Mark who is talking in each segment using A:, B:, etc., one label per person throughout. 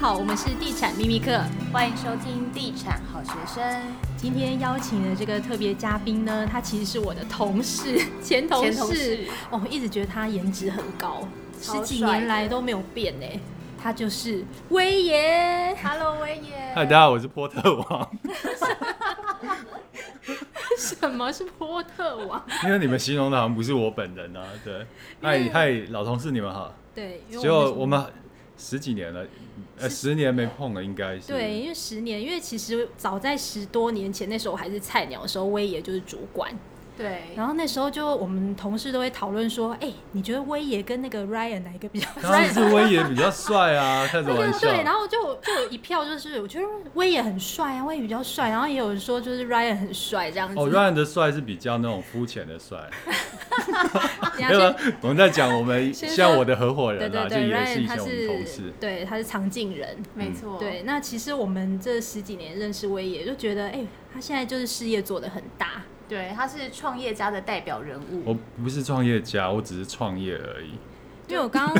A: 好，我们是地产秘密课。
B: 欢迎收听《地产好学生
A: 今天邀请的这个特别嘉宾呢，他其实是我的同事，前》同
B: 前
A: 事。
B: 同事，
A: 哦，我一直觉得他颜值很高，
B: 超帅
A: 十
B: 的
A: 几年来都没有变呢。他就是威爷，
B: ，Hello 威 爷，
C: 嗨，大家好，我是波特王。
A: 什么是波特王？
C: 因为你们形容的好像不是我本人啊，对。嗨嗨，老同事你们好。
A: 对，因为
C: 就
A: 是
C: 我们十几年了，呃，十年没碰了，应该是。
A: 对，。因为十年，因为其实早在十多年前，那时候我还是菜鸟的时候，威爷就是主管。
B: 对，
C: 嗯
A: 然后那时候就我们同事都会讨论说，哎、你觉得威爷跟那个 Ryan 哪一个比较
C: 当然是威爷比较 帅啊，开什么
A: 对
C: 玩
A: 对
C: 笑？
A: 对，然后就就有一票就是，我觉得威也很帅啊，威也比较帅，然后也有人说就是 Ryan 很帅这样子。
C: 哦，Ryan 的帅是比较那种肤浅的 帅，
A: 人家
C: 没有
A: 先
C: 啊， 我们在讲我们
A: 先说
C: 像我的合伙
A: 对
C: 人啊
A: 对
C: 啦，就
A: 对
C: 也是
A: ，Ryan
C: 以
A: 他
C: 前我们同
A: 是
C: 事。
A: 对他是常进人。
B: 没错，
A: 对，那其实我们这十几年认识威也，就觉得哎、他现在就是事业做得很大。
B: 对，他是创业家的代表人物，
C: 我不是创业家，我只是创业而已。
A: 因为我刚 刚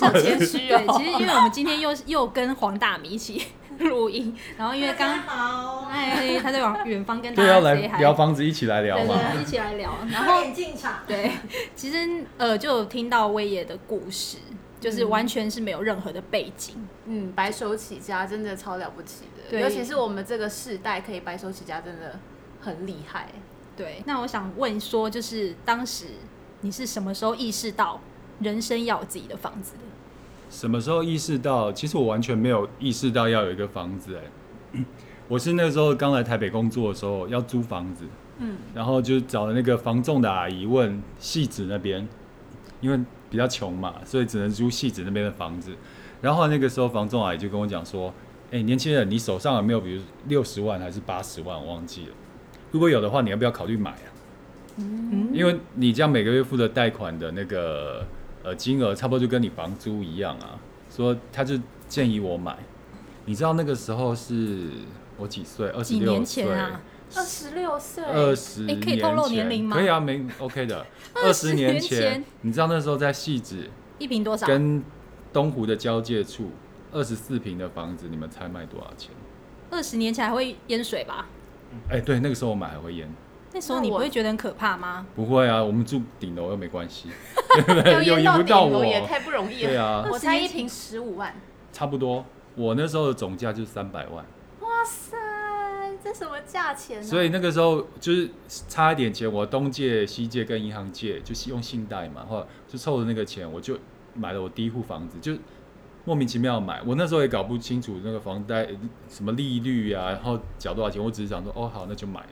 B: 好谦虚哦
A: 对，其实因为我们今天又又跟黄大米一起 录音，然后因为刚
D: 好，
A: 哎他在往远方跟大
C: 对，
A: 家
C: 要来
A: say hi
C: 聊房子，一起来聊
A: 对
C: 嘛。
A: 对，一起来 聊，然后
D: 快点进场。
A: 对，其实呃，就有听到威爷的故事，就是
B: 嗯
A: 完全是没有任何的背景。
B: 嗯，白手起家真的超了不起的，
A: 对
B: 尤其是我们这个世代可以白手起家，真的很厉害。
A: 对，那我想问说，就是当时你是什么时候意识到人生要有自己的房子的？
C: 什么时候意识到？其实我完全没有意识到要有一个房子、欸。 我是那时候刚来台北工作的时候要租房子，
B: 嗯，
C: 然后就找了那个房仲的阿姨问戏子那边，因为比较穷嘛，所以只能租戏子那边的房子。然后那个时候房仲阿姨就跟我讲说：“哎、年轻人，你手上有没有比如六十万还是八十万？我忘记了。如果有的话，你要不要考虑买啊？
A: 嗯，
C: 因为你这样每个月付的贷款的那个呃金额，差不多就跟你房租一样啊。说他就建议我买，你知道那个时候是我几岁？二十
A: 几年
C: 六岁
A: 前啊，
B: 二十六岁，
C: 二十
A: 诶
C: 年
A: 可以透露年
C: 前
A: 龄吗
C: 可以啊，没 OK 的。二
A: 20
C: 十年
A: 年前
C: 前，你知道那时候在戏子
A: 一平多少？
C: 跟东湖的交界处，二十四平的房子，你们猜卖多少钱？
A: 二十年前还会淹水吧？
C: 哎、对，那个时候我买还会淹，
A: 那时候你
B: 那
A: 不
B: 我
A: 会觉得很可怕吗？
C: 不会啊，我们住顶楼又没关系，
B: 要
C: 又移
B: 淹
C: 不
B: 顶
C: 到
B: 楼
C: 我，
B: 也太不容易
C: 对
B: 了。
C: 啊
B: 我猜一瓶十五万，
C: 差不多。我那时候的总价就是三百万，
B: 哇塞，这什么价钱、啊？
C: 所以那个时候就是差一点钱，我东借、西借跟银行借，就是用信贷嘛，后来就凑的那个钱，我就买了我第一户房子，就莫名其妙买。我那时候也搞不清楚那个房贷呃什么利率啊，然后缴多少钱，我只是想说，哦，好，那就买了。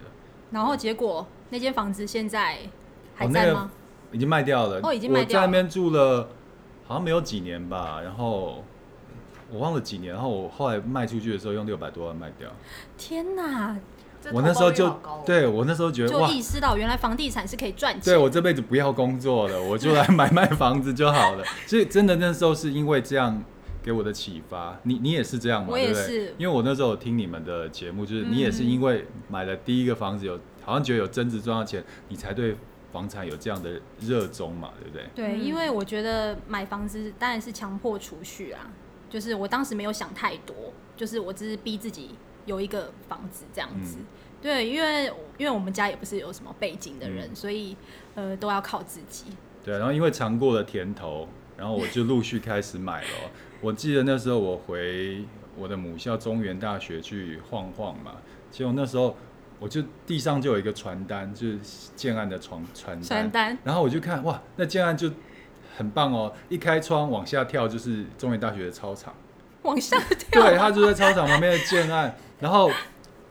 A: 然后结果那间房子现在还
C: 哦
A: 在
C: 那个
A: 吗？
C: 已经卖掉了，
A: 哦已经卖掉了
C: 我在那边住了好像没有几年吧，然后我忘了几年，然后我后来卖出去的时候用六百多万卖掉。
A: 天哪！
B: 这
C: 我那时候就
B: 投报率好高哦，
C: 对我那时候觉得
A: 就
C: 哇，
A: 意识到原来房地产是可以赚钱
C: 对。我这辈子不要工作了，我就来买卖房子就好了。所以真的那时候是因为这样给我的启发，你你也是这样嘛？
A: 我也
C: 对不对
A: 是
C: 因为我那时候有听你们的节目，就是
A: 嗯
C: 你也是因为买了第一个房子有，好像觉得有增值赚到钱，你才对房产有这样的热衷嘛，对不对？
A: 对，
B: 嗯
A: 因为我觉得买房子当然是强迫储蓄啊，就是我当时没有想太多，就是我只是逼自己有一个房子这样子。
C: 嗯
A: 对，因为因为我们家也不是有什么背景的人，
C: 嗯
A: 所以呃都要靠自己。
C: 对，啊然后因为尝过了甜头，然后我就陆续开始买了 哦。我记得那时候我回我的母校中原大学去晃晃嘛，结果那时候我就地上就有一个传单，就是建案的传传单，
A: 传单
C: 然后我就看哇，那建案就很棒哦，一开窗往下跳就是中原大学的 操场。
A: 往下跳，
C: 对，他啊就在操场旁边的建案。然后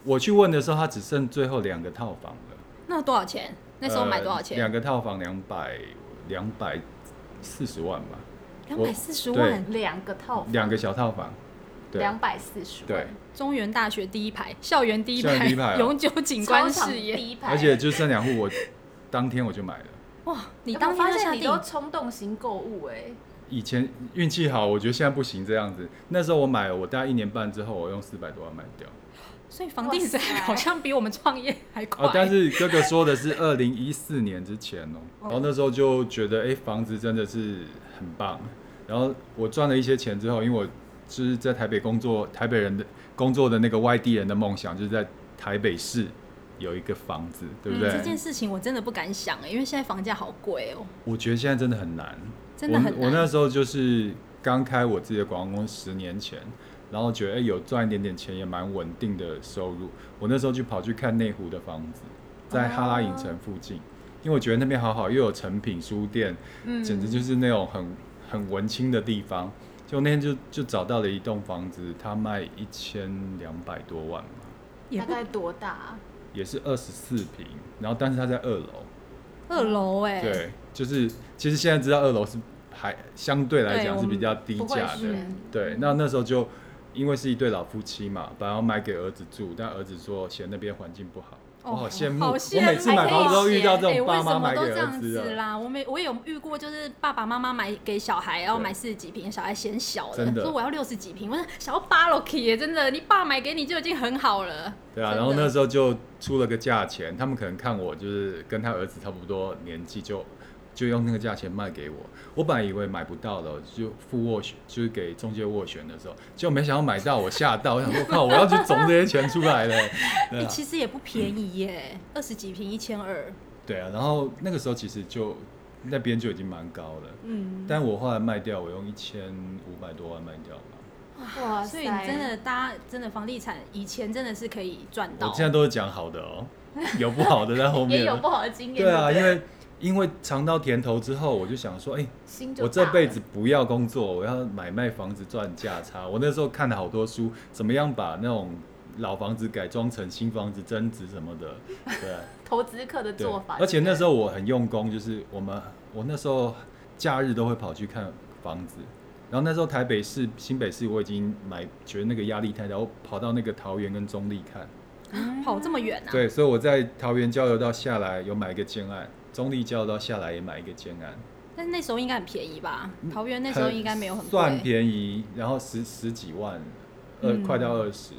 C: 我去问的时候，他只剩最后两个套房了。
A: 那多少钱？那时候买多少钱
C: 呃？两、个套房两百两百四十万吧，
A: 两
C: 我
A: 百四十
C: 对
A: 万，
B: 两个套房，
C: 两个小套房。对
B: 两百四十万，
C: 对，
A: 中原大学第一排，校园第一
C: 校园
A: 排，
C: 第一排啊
A: 永久景
B: 超
A: 观
B: 场
A: 视野。
B: 第一排，
C: 而且就剩两户，我当天我就买了。
A: 哇，你
B: 你
A: 当
B: 当
A: 天
B: 发
A: 就下
B: 现你都
A: 定，
B: 冲动型购物哎、
C: 以前运气好，我觉得现在不行这样子。那时候我买了，我大概一年半之后，我用四百多万卖掉。
A: 所以房地产
B: 哇塞
A: 好像比我们创业还快。
C: 哦，但是哥哥说的是二零一四年之前哦，然后那时候就觉得，哎、房子真的是很棒。然后我赚了一些钱之后，因为我就是在台北工作，台北人的工作的那个外地人的梦想，就是在台北市有一个房子，对不对？
A: 嗯？这件事情我真的不敢想、欸，因为现在房价好贵哦、
C: 我觉得现在真的很难，
A: 真的很
C: 我。我
A: 难
C: 那时候就是刚开我自己的广告公司十年前，然后觉得、哎有赚一点点钱也蛮稳定的收入。我那时候就跑去看内湖的房子，在哈拉影城附近，因为我觉得那边好好，又有诚品书店，
B: 嗯
C: 简直就是那种很很文青的地方。就那天就就找到了一栋房子，它卖一千两百多万嘛，
A: 也
B: 大
A: 不
B: 概多大啊？
C: 也是二十四平，然后但是它在二楼，
A: 二楼哎、
C: 对，就是其实现在知道二楼是还相对来
A: 对
C: 讲
A: 我
C: 是
A: 们
C: 比较低
B: 不会
C: 价的
B: 是，
C: 对。那那时候就因为是一对老夫妻嘛，本来要买给儿子住，但儿子说嫌那边环境不好，
A: 哦
C: 我好羡慕，
A: 好羡
C: 我每次
A: 慕
C: 买房子都遇到这
A: 哎、
C: 种
A: 为
C: 爸
A: 什
C: 妈
A: 么
C: 买给
A: 都这
C: 儿
A: 样
C: 子
A: 子
C: 的，
A: 啦？我没我也有遇过，就是爸爸妈妈买给小孩，然后
C: 对
A: 买四十几平，小孩嫌小
C: 真
A: 的，
C: 的
A: 说我要六十几平，我说想要八楼 k 耶，真的，你爸买给你就已经很好了。
C: 对啊，
A: 真的
C: 然后那时候就出了个价钱，他们可能看我就是跟他儿子差不多年纪就，就用那个价钱卖给我。我本来以为买不到了，就付斡旋，就是给中介斡旋的时候，结果没想到买到，我吓到，我想说靠，我要去总这些钱出 来了。
A: 哎、
C: 对啊，
A: 其实也不便宜耶，二十几平一千二，
C: 对啊，然后那个时候其实就那边就已经蛮高了，
A: 嗯，
C: 但我后来卖掉，我用一千五百多万卖掉嘛。
B: 哇
A: 所以你真的，大家真的房地产以前真的是可以赚
C: 我
A: 到，
C: 现在都是讲好的哦，有不好的在后面。
B: 也有不好的经验，
C: 对啊，
B: 不
C: 因为因为尝到甜头之后，我就想说，哎、
B: 心就
C: 我这
B: 大
C: 辈
B: 了
C: 子不要工作，我要买卖房子赚价差。我那时候看了好多书，怎么样把那种老房子改装成新房子增值什么的，对啊
B: 投资客的
C: 对
B: 做法，
C: 而且那时
B: 候
C: 候我很用功，就是我们我那时候假日都会跑去看房子。然后那时候台北市、新北市我已经买，觉得那个压力太大，我跑到那个桃园跟中立看。
A: 跑这么远啊？
C: 对，所以我在桃园交流道下来有买一个建案，中立交流道下来也买一个建案，
A: 但是那时候应该很便宜吧？桃园那时候应该没有很贵，
C: 嗯算便宜，然后十十几万，呃，
A: 嗯
C: 快到二十，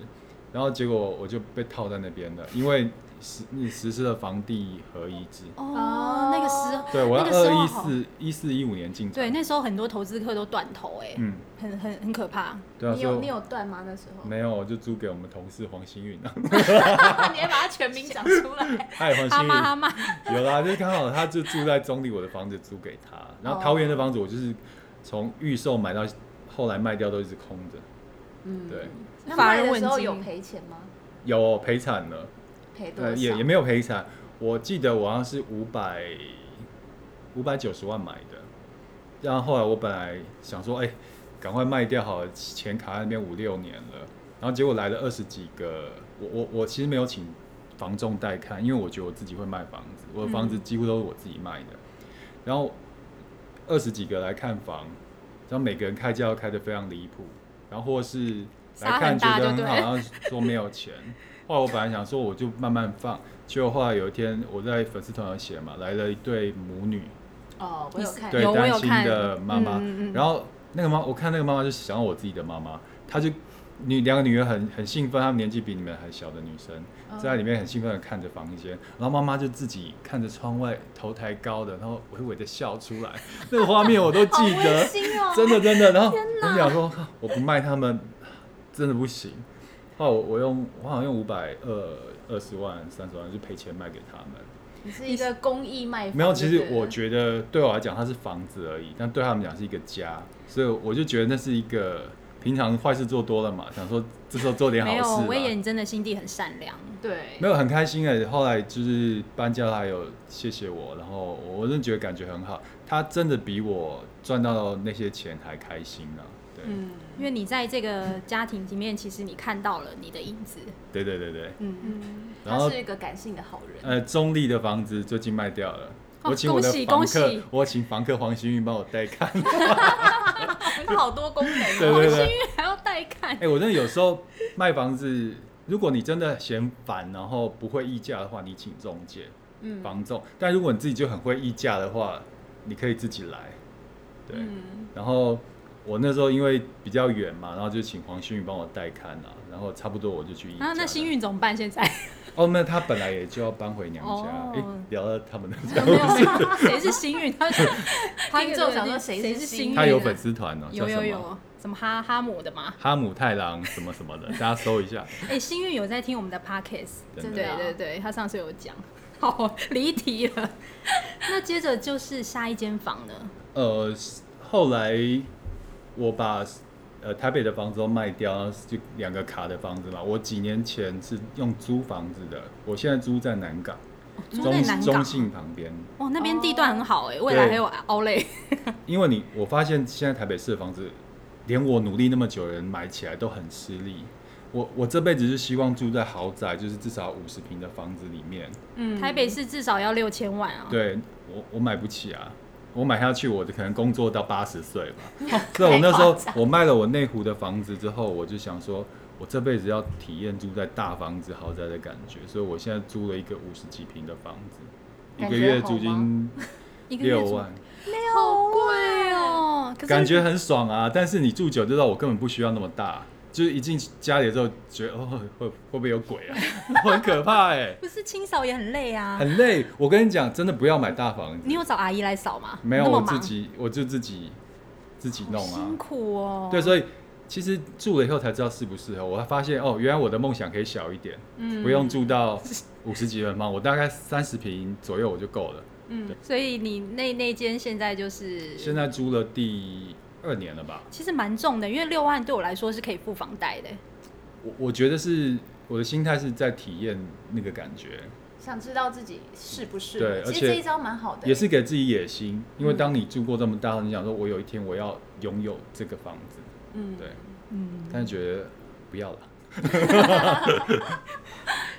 C: 然后结果我就被套在那边了，因为实你实施了房地合一制，
A: 哦，那个时候，
C: 对我要
A: 那个时
C: 二
A: 候
C: 一
A: 好
C: 四一四一五年进场，
A: 对，那时候很多投资客都断头、哎、
C: 嗯，
A: 很很很可怕。
C: 对啊，
B: 你
C: 所以
B: 有
C: 我
B: 你有断吗？那时候，
C: 没有，我就租给我们同事黄星运啊，
B: 你也把他全名讲出来，
C: 嗨，黄
A: 哈
C: 星
A: 妈哈
C: 运。
A: 妈，
C: 有啦，就刚好他就住在中立，我的房子租给他，然后桃
A: 哦
C: 园的房子我就是从预售买到后来卖掉都一直空着，
B: 嗯
C: 对。
B: 那
A: 乏
B: 卖
A: 人
B: 的时候
A: 问津
B: 有赔钱吗？
C: 有哦赔惨了，
B: 赔多少？
C: 呃，也也没有赔惨，我记得我好像是五百五百九十万买的，然后后来我本来想说，哎、赶快卖掉好了，钱卡在那边五六年了，然后结果来了二十几个，我我我其实没有请房仲代看，因为我觉得我自己会卖房子，
A: 嗯
C: 我的房子几乎都是我自己卖的，然后二十几个来看房，然后每个人开价都开得非常离谱，然后或是来看觉
A: 杀很大
C: 得
A: 就对
C: 很好，然后说没有钱。 后来我本来想说我就慢慢放，结果后来有一天我在粉丝团有写嘛，来了一对母女，
B: 哦，我有
A: 你是
B: 看，
C: 对
A: 哎有我
C: 单
A: 有
C: 亲
A: 看
C: 的妈妈，
A: 嗯嗯嗯
C: 然后那个妈，我看那个妈妈就想到我自己的妈妈，她就女两个女儿很很兴奋，她们年纪比你们还小的女生，
B: 嗯
C: 在里面很兴奋的看着房间，然后妈妈就自己看着窗外头抬高的，然后微微的笑出来，那个画面我都
B: 好
C: 记
B: 温
C: 得，
B: 馨哦，
C: 真的真的。然后我们想说，靠我不卖他们真的不行。后来我我用我好像用五百二二十万三十万就赔钱卖给他们。
B: 你是一个公益卖房，
C: 没有，其
B: 对
C: 实
A: 啊
B: 不对
C: 我觉得对我来讲，它是房子而已，但对他们讲是一个家，所以我就觉得那是一个平常坏事做多了嘛，想说这时候做点好
A: 没
C: 事
A: 有，
C: 吧。
A: 威严你真的心地很善良。
B: 对，
C: 没有很开心哎、后来就是搬家，还有谢谢我，然后我我真的觉得感觉很好，他真的比我赚到那些钱还开心啊。对，
B: 嗯，
A: 因为你在这个家庭里面，其实你看到了你的影子。
C: 对对对对。
A: 嗯，
B: 嗯，
C: 然
B: 他
C: 后
B: 是一个感性的好人，
C: 呃，中立的房子最近卖掉了，
A: 哦
C: 我请我的
A: 恭喜
C: 房
A: 恭
C: 客
A: 喜，
C: 我请房客黄新运帮我带 看。
B: 他好多功能
C: 对
B: 哦，
C: 对
A: 幸
C: 对。
A: 运 还要带看
C: 哎、，我真的有时候卖房子，如果你真的嫌烦，然后不会议价的话，你请中介、
B: 嗯
C: 房仲；但如果你自己就很会议价的话，你可以自己来。对，
B: 嗯，
C: 然后我那时候因为比较远嘛，然后就请黄新宇帮我代看啊，然后差不多我就去议价
A: 啊
C: 了。，
A: 那幸运怎么办？现在
C: 哦，那他本来也就要搬回娘家，
A: 哦
C: 哎、聊到他们 的
A: 没有没有，谁是星 运？他说
B: 听众想说谁
A: 谁
B: 是
A: 是
B: 星
A: 星
B: 运
A: 运？啊
C: 他有粉丝团哦，叫
A: 有
C: 什么
A: 有有，什么哈哈姆的吗？
C: 哈姆太郎什么什么的，大家搜一下。
A: 哎，星运有在听我们的 podcast，
C: 真
A: 对
B: 的啊
A: 对对，他上次有讲。 好，离题了。 那接着就是下一间房呢？
C: 呃，后来我把呃台北的房子都卖掉，然后就两个卡的房子嘛。我几年前是用租房子的，我现在租在南港，
A: 哦租在南
C: 中中哦
A: 港，
C: 信旁边。
A: 哦，那边地段很好哎，未来还有 Outlet。
C: 因为你我发现现在台北市的房子，连我努力那么久的人买起来都很吃力。我我这辈子是希望住在豪宅，就是至少五十平的房子里面。
B: 嗯
A: 台北市至少要六千万啊。
C: 对我我买不起啊，我买下去我可能工作到八十岁吧。所以我那时候
B: 太夸张
C: 我卖了我内湖的房子之后，我就想说，我这辈子要体验住在大房子豪宅的感觉，所以我现在租了一个五十几平的房子，一
B: 感
C: 个
B: 觉
C: 月
B: 好
C: 租金
B: 吗
A: 一个月
C: 六
A: 租
C: 万，
A: 好贵哦，可是
C: 感觉很爽啊。但是你住久就知道，我根本不需要那么大。就是一进家里之后，觉得哦会会不会有鬼啊？ 很可怕哎、
A: 不是清扫也很累啊。
C: 很累。我跟你讲，真的不要买大房子。
A: 你有找阿姨来扫吗？
C: 没有，
A: 那么
C: 我
A: 忙
C: 自己我就自己自己弄
A: 好辛
C: 啊。
A: 苦哦。
C: 对，所以其实住了以后才知道适不适合。我还发现哦，原来我的梦想可以小一点，
A: 嗯
B: 嗯
C: 不用住到五十几人房，我大概三十平左右我就够了。
B: 嗯
A: 所以你那那间现在就是
C: 现在租了第二年了吧？
A: 其实蛮重的，因为六万对我来说是可以付房贷的。
C: 我我觉得是我的心态是在体验那个感觉，
B: 想知道自己是不是？
C: 对而
B: 其
C: 且
B: 实这一招蛮好的欸、
C: 也是给自己野心。因
A: 嗯
C: 为当你住过这么大，你想说我有一天我要拥有这个房子，
B: 嗯
C: 对，
A: 嗯，
C: 但是觉得不要了。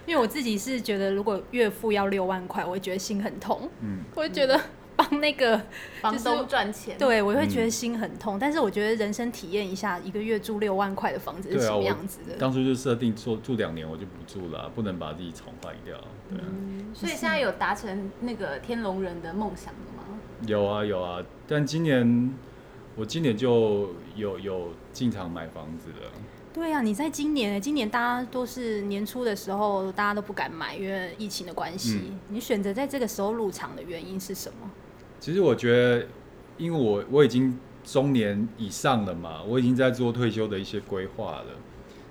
A: 因为我自己是觉得，如果月付要六万块，我会觉得心很痛，
C: 嗯，
A: 我会觉得帮那个
B: 房
A: 就是
B: 东赚钱，，
A: 对我会
C: 嗯
A: 觉得心很痛。但是我觉得人生体验一下，一个月住六万块的房子是
C: 对
A: 什
C: 啊，
A: 么
C: 我
A: 样子的？
C: 当初就设定说住两年我就不住了啊、不能把自己宠坏掉。对
A: 嗯
C: 啊、
B: 所以现在有达成那个天龙人的梦想了吗？
C: 有啊有啊，但今年我今年就有有进场买房子了。
A: 对啊，你在今年，今年大家都是年初的时候，大家都不敢买，因为疫情的关系。
C: 嗯
A: 你选择在这个时候入场的原因是什么？
C: 其实我觉得，因为我我已经中年以上了嘛，我已经在做退休的一些规划了。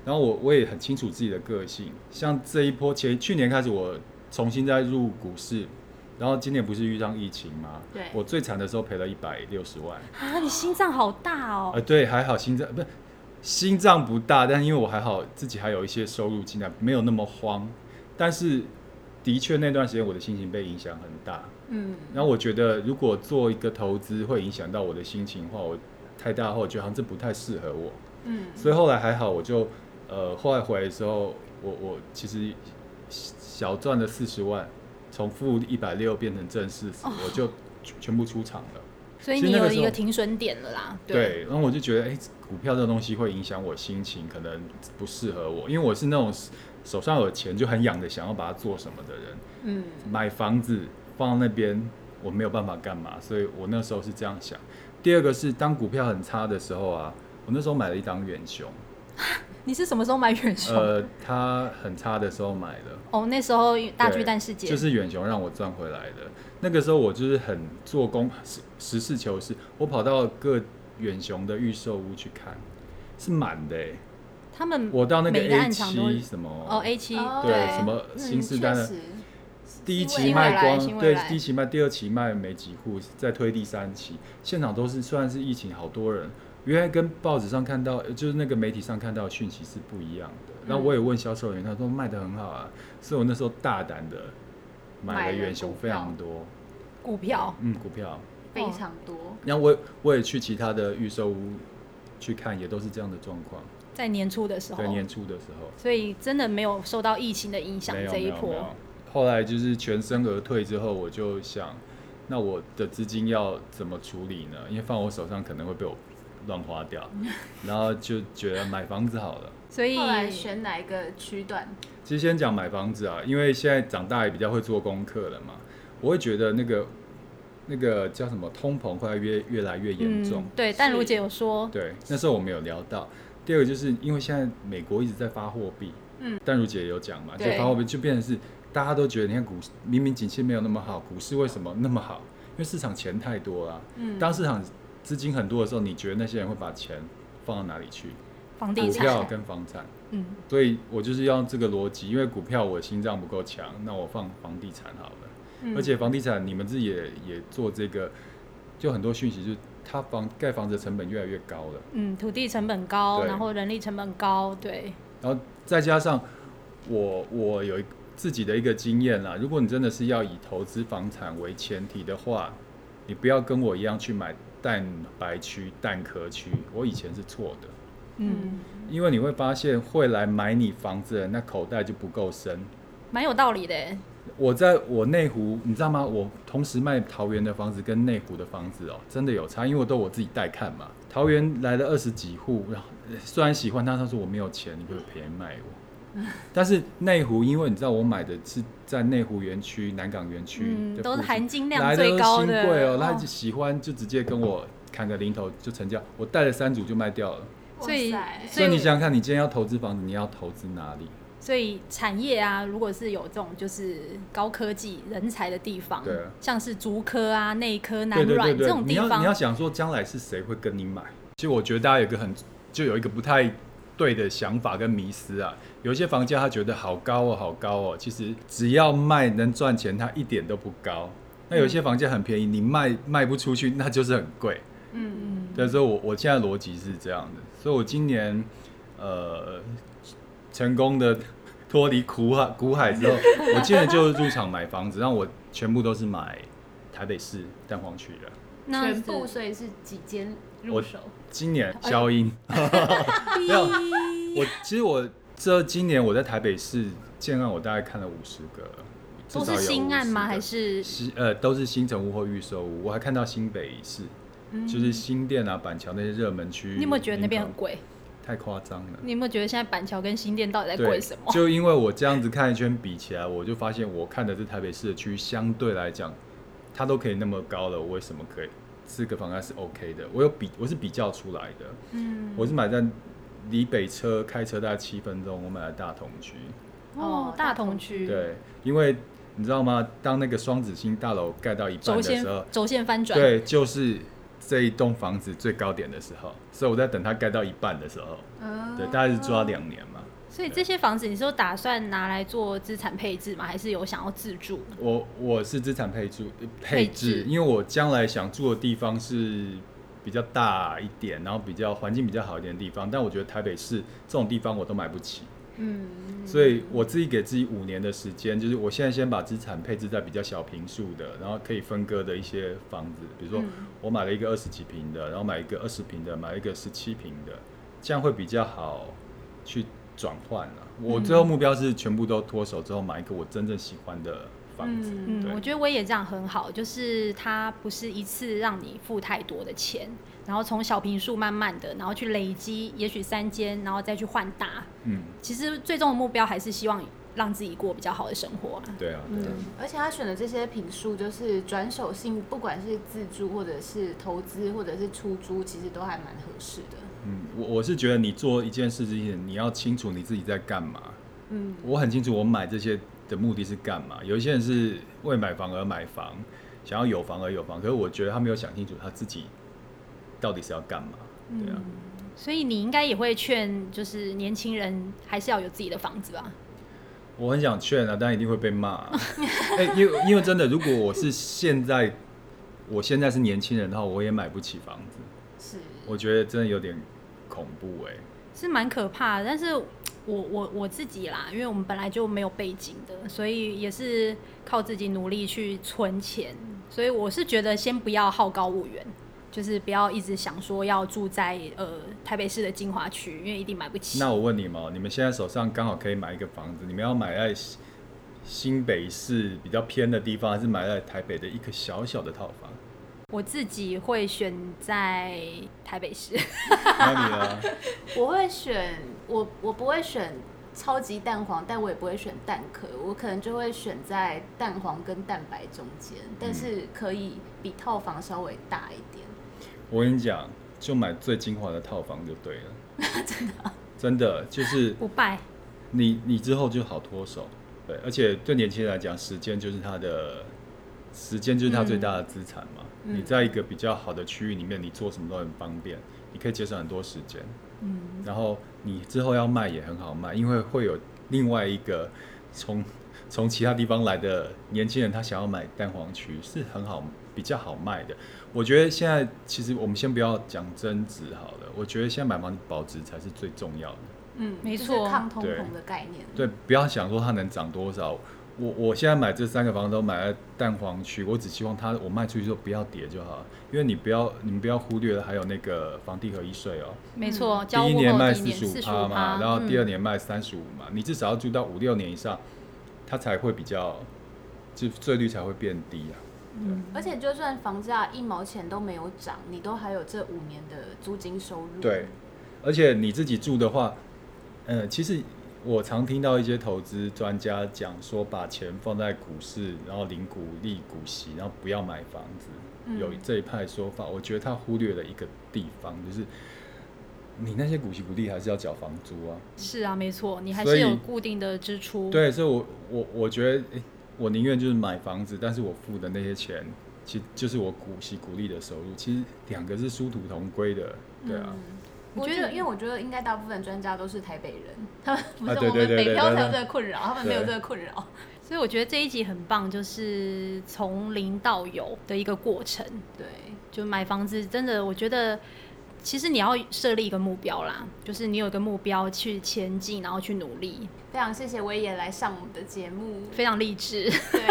C: 然后我我也很清楚自己的个性，像这一波前去年开始我重新再入股市，然后今年不是遇上疫情吗？
B: 对
C: 我最惨的时候赔了一百六十万。
A: 啊，你心脏好大哦！
C: 呃，对，还好心脏不是心脏不大，但因为我还好自己还有一些收入进来，没有那么慌。但是的确那段时间我的心情被影响很大。
B: 嗯，
C: 然后我觉得如果做一个投资会影响到我的心情的话，我太大后觉得好像这不太适合我。
B: 嗯，
C: 所以后来还好，我就呃后来回来的时候，我我其实小赚了四十万，从负一百六变成正四十，我就全全部出场了。
A: 所以
C: 其实
A: 你
C: 那个
A: 有
C: 时
A: 一
C: 候
A: 个停损点了啦。
C: 对，然后我就觉得，哎、股票这个东西会影响我心情，可能不适合我，因为我是那种手上有钱就很痒的，想要把它做什么的人。
B: 嗯，
C: 买房子放到那边，我没有办法干嘛，所以我那时候是这样想。第二个是当股票很差的时候啊，我那时候买了一档远雄，
A: 你是什哦么时候买远雄？
C: 呃，它很差的时候买的，
A: 哦，那时候大巨蛋事件，
C: 就是远雄让我赚回来的。那个时候我就是很做工，实实事求是，我跑到各远雄的预售屋去看，是满的、欸。
A: 他们
C: 我到那个
A: 每个
C: A
A: 暗场都
C: 七什么
A: 哦 A 七
B: 哦
C: 对
A: 对
C: 什么新世代的
B: 嗯确实
C: 第一期
B: 新
C: 卖
A: 新
C: 光，
A: 未
C: 对
A: 来
C: 第一期卖，第二期卖没几户，再推第三期，现场都是虽然是疫情，好多人。原来跟报纸上看到，呃就是那个媒体上看到的讯息是不一样的。
A: 嗯
C: 然后我也问销售人员，他说卖的很好啊，所以我那时候大胆的买
B: 买
C: 了
B: 了
C: 远雄
B: 股
C: 非
B: 票
C: 常多，
A: 股票，
C: 嗯，股票。
B: 非常多，
C: 然后我我也去其他的预售屋去看，也都是这样的状况，
A: 在年初的时候
C: 在，年初的时候。
A: 所以真的没有受到疫情的影响
C: 没有
A: 这一
C: 没有没有
A: 波。
C: 后来就是全身而退之后，我就想，那我的资金要怎么处理呢？因为放我手上可能会被我乱 花掉，然后就觉得买房子好了。
A: 所以
B: 后来选哪一个区段？
C: 其实先讲买房子啊，因为现在长大也比较会做功课了嘛，我会觉得那个那个叫什么通膨会越越来越严重
A: 嗯，。对，但
B: 是
A: 如姐有说，
C: 对，那时候我们有聊到。第二个就是因为现在美国一直在发货币，
B: 嗯，
C: 淡如姐也有讲嘛，就
B: 对
C: 反而就变成是大家都觉得，你看股市明明景气没有那么好，股市为什么那么好？因为市场钱太多啦、
B: 嗯
C: 当市场资金很多的时候，你觉得那些人会把钱放到哪里去？
A: 房
C: 股
A: 地
C: 票
A: 产，
C: 跟房产。
A: 嗯，
C: 所以我就是要这个逻辑，因为股票我心脏不够强，那我放房地产好了。
B: 嗯
C: 而且房地产你们自己也也做这个，就很多讯息，就是它房盖房子的成本越来越高了，
A: 嗯，土地成本高，
C: 对
A: 然后人力成本高，对，
C: 然后再加上我我有一自己的一个经验啦，如果你真的是要以投资房产为前提的话，你不要跟我一样去买蛋白区、蛋壳区，我以前是错的，
A: 嗯，
C: 因为你会发现会来买你房子的人，那口袋就不够深，
A: 蛮有道理的欸，
C: 我在我内湖，你知道吗？我同时卖桃园的房子跟内湖的房子哦，真的有差，因为我都我自己带看嘛。桃园来了二十几户，然后呃虽然喜欢他，他说我没有钱，你可不可以便宜卖我。 但是内湖，因为你知道我买的是在内湖园区、南港园区的附近，
A: 嗯，都是含金量
C: 来的
A: 最高
C: 都
A: 的
C: 新贵哦，他
A: 哦
C: 就喜欢就直接跟我砍个零头就成交，我带了三组就卖掉了。
A: 所以
B: 哇塞
A: 所
C: 所以你想想看，你今天要投资房子，你要投资哪里？
A: 所以产业啊，如果是有这种就是高科技人才的地方
C: 对啊，
A: 像是竹科啊、内科、南
C: 对对
A: 软
C: 对对，
A: 这种地
C: 你要
A: 方
C: 你要，想说将来是谁会跟你买？其实我觉得大家有一个很就有一个不太对的想法跟迷思啊。有一些房价他觉得好高哦，好高哦，其实只要卖能赚钱，它一点都不高。那有一些房价很便宜，你卖卖不出去，那就是很贵。
B: 嗯
A: 嗯，
C: 对，所以我我现在的逻辑是这样的，所以我今年呃成功的脱离苦海苦海之后， 我今年就入场买房子，让我全部都是买台北市蛋黄区的。
A: 那
B: 全部
A: 是
B: 所以是几间入
C: 我
B: 手？
C: 今
A: 哎
C: 年消音，没有。我其实我这今年我在台北市建案，我大概看了五十个，至
A: 都
C: 少有
A: 是新案吗？
C: 50个
A: 还是
C: 新呃都是新城屋或预售屋？我还看到新北市，就是新店啊、板桥那些热门区。
A: 嗯你有没有觉得那边很贵？
C: 太夸张了？
A: 你有没有觉得现在板桥跟新店到底在
C: 对
A: 贵什么？
C: 就因为我这样子看一圈比起来，我就发现我看的这台北市的区，相对来讲，它都可以那么高了，我为什么可以这个房价是 OK 的？我有比，我是比较出来的。
B: 嗯，
C: 我是买在离北车开车大概七分钟，我买在大同区。
A: 哦，大同区，
C: 对，因为你知道吗？当那个双子星大楼盖到一半
A: 轴
C: 的
A: 线
C: 时候，
A: 轴线翻转，
C: 对，就是这一栋房子最高点的时候，所以我在等它盖到一半的时候，
A: 哦
B: 嗯
C: 对，大概是抓两年嘛。
A: 所以这些房子你是有打算拿来做资产配置吗？还是有想要自住？
C: 我我是资产配置呃
A: 配
C: 配
A: 置
C: 置，因为我将来想住的地方是比较大一点，然后比较环境比较好一点的地方，但我觉得台北市这种地方我都买不起。
B: 嗯，
C: 所以我自己给自己五年的时间，就是我现在先把资产配置在比较小平数的，然后可以分割的一些房子，比如说
B: 嗯
C: 我买了一个二十几平的，然后买一个二十平的，买一个十七平的，这样会比较好去转换啊。我
B: 嗯
C: 最后目标是全部都脱手之后买一个我真正喜欢的房子。
B: 嗯
A: 嗯，
C: 对
A: 我觉得我也这样很好，就是它不是一次让你付太多的钱，然后从小平数慢慢的，然后去累积，也许三间，然后再去换大。
C: 嗯，
A: 其实最终的目标还是希望让自己过比较好的生活啊。
C: 对啊，对
B: 嗯
C: 啊，，
B: 而且他选的这些品数，就是转手性，不管是自住或者是投资或者是出租，其实都还蛮合适的。
C: 嗯，我我是觉得你做一件事之前，你要清楚你自己在干嘛。
B: 嗯，
C: 我很清楚我买这些的目的是干嘛。有一些人是为买房而买房，想要有房而有房，可是我觉得他没有想清楚他自己到底是要干嘛。对啊，
A: 所以你应该也会劝，就是年轻人还是要有自己的房子吧？
C: 我很想劝啊，但一定会被骂、啊。哎、因为因为真的，如果我是现在，我现在是年轻人的话，我也买不起房子。
B: 是，
C: 我觉得真的有点恐怖哎、
A: 是蛮可怕的，但是我我我自己啦，因为我们本来就没有背景的，所以也是靠自己努力去存钱，所以我是觉得先不要好高骛远，就是不要一直想说要住在呃台北市的精华区，因为一定买不起。
C: 那我问你们哦，你们现在手上刚好可以买一个房子，你们要买在新新北市比较偏的地方，还是买在台北的一个小小的套房？
A: 我自己会选在台北市，
C: 那你呢？
B: 我会选我我不会选超级蛋黄，但我也不会选蛋壳，我可能就会选在蛋黄跟蛋白中间，但
C: 嗯
B: 是可以比套房稍微大一点。
C: 我跟你讲，就买最精华的套房就对了。真的、真的就是
A: 不败。
C: 你你之后就好脱手。对，而且对年轻人来讲，时间就是他的时间就是他最大的资产嘛。
B: 嗯
C: 你在一个比较好的区域里面，你做什么都很方便，你可以节省很多时间。
B: 嗯，
C: 然后你之后要卖也很好卖，因为会有另外一个从从其他地方来的年轻人，他想要买蛋黄区是很好比较好卖的。我觉得现在其实我们先不要讲增值好了，我觉得现在买房保值才是最重要的。
B: 嗯，
A: 没
B: 就是
A: 错
B: 抗通
C: 对
B: 膨的概念。
C: 对，不要想说它能涨多少。我我现在买这三个房子都买在蛋黄区，我只希望它我卖出去之后不要跌就好了，因为你不要你们不要忽略了还有那个房地合一税哦。
A: 没错，交
C: 第一
A: 屋后
C: 卖
A: 第一
C: 四
A: 年
C: 十
A: 四
C: 五
A: 十五嗯
C: 嘛，然后第二年卖三十五嘛，你至少要住到五六年以上，它才会比较，就税率才会变低啊。
A: 嗯，
B: 而且就算房价一毛钱都没有涨，你都还有这五年的租金收入。
C: 对，而且你自己住的话，呃，其实我常听到一些投资专家讲说，把钱放在股市，然后领股利股息，然后不要买房子，
B: 嗯
C: 有这一派说法。我觉得他忽略了一个地方，就是你那些股息股利还是要缴房租啊。
A: 是啊，没错，你还
C: 所
A: 是
C: 以
A: 有固定的支
B: 嗯
A: 出。，
C: 对，所以我我我觉得，诶我宁愿就是买房子，但是我付的那些钱，其实就是我股息股利的收入，其实两个是殊途同归的，对啊。
B: 嗯
A: 我
B: 我
A: 觉
B: 觉
A: 得
B: 得，因为我觉得应该大部分专家都是台北人，他们不是、
C: 啊对
B: 我
C: 对
B: 们
C: 对
B: 北
C: 对
B: 漂
C: 对
B: 才有
C: 对
B: 这个困扰，他们没有
C: 对
B: 这个困扰。
A: 所以我觉得这一集很棒，就是从零到有的一个过程。
B: 对，
A: 就买房子，真的，我觉得其实你要设立一个目标啦，就是你有一个目标去前进，然后去努力，
B: 非常谢谢威爷来上我们的节 目。
A: 非常励志。
B: 对，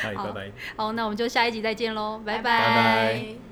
C: 嗨，
A: 好
C: 拜拜。
A: 好，那我们就下一集再见喽，拜
C: 拜
A: 拜
C: 拜。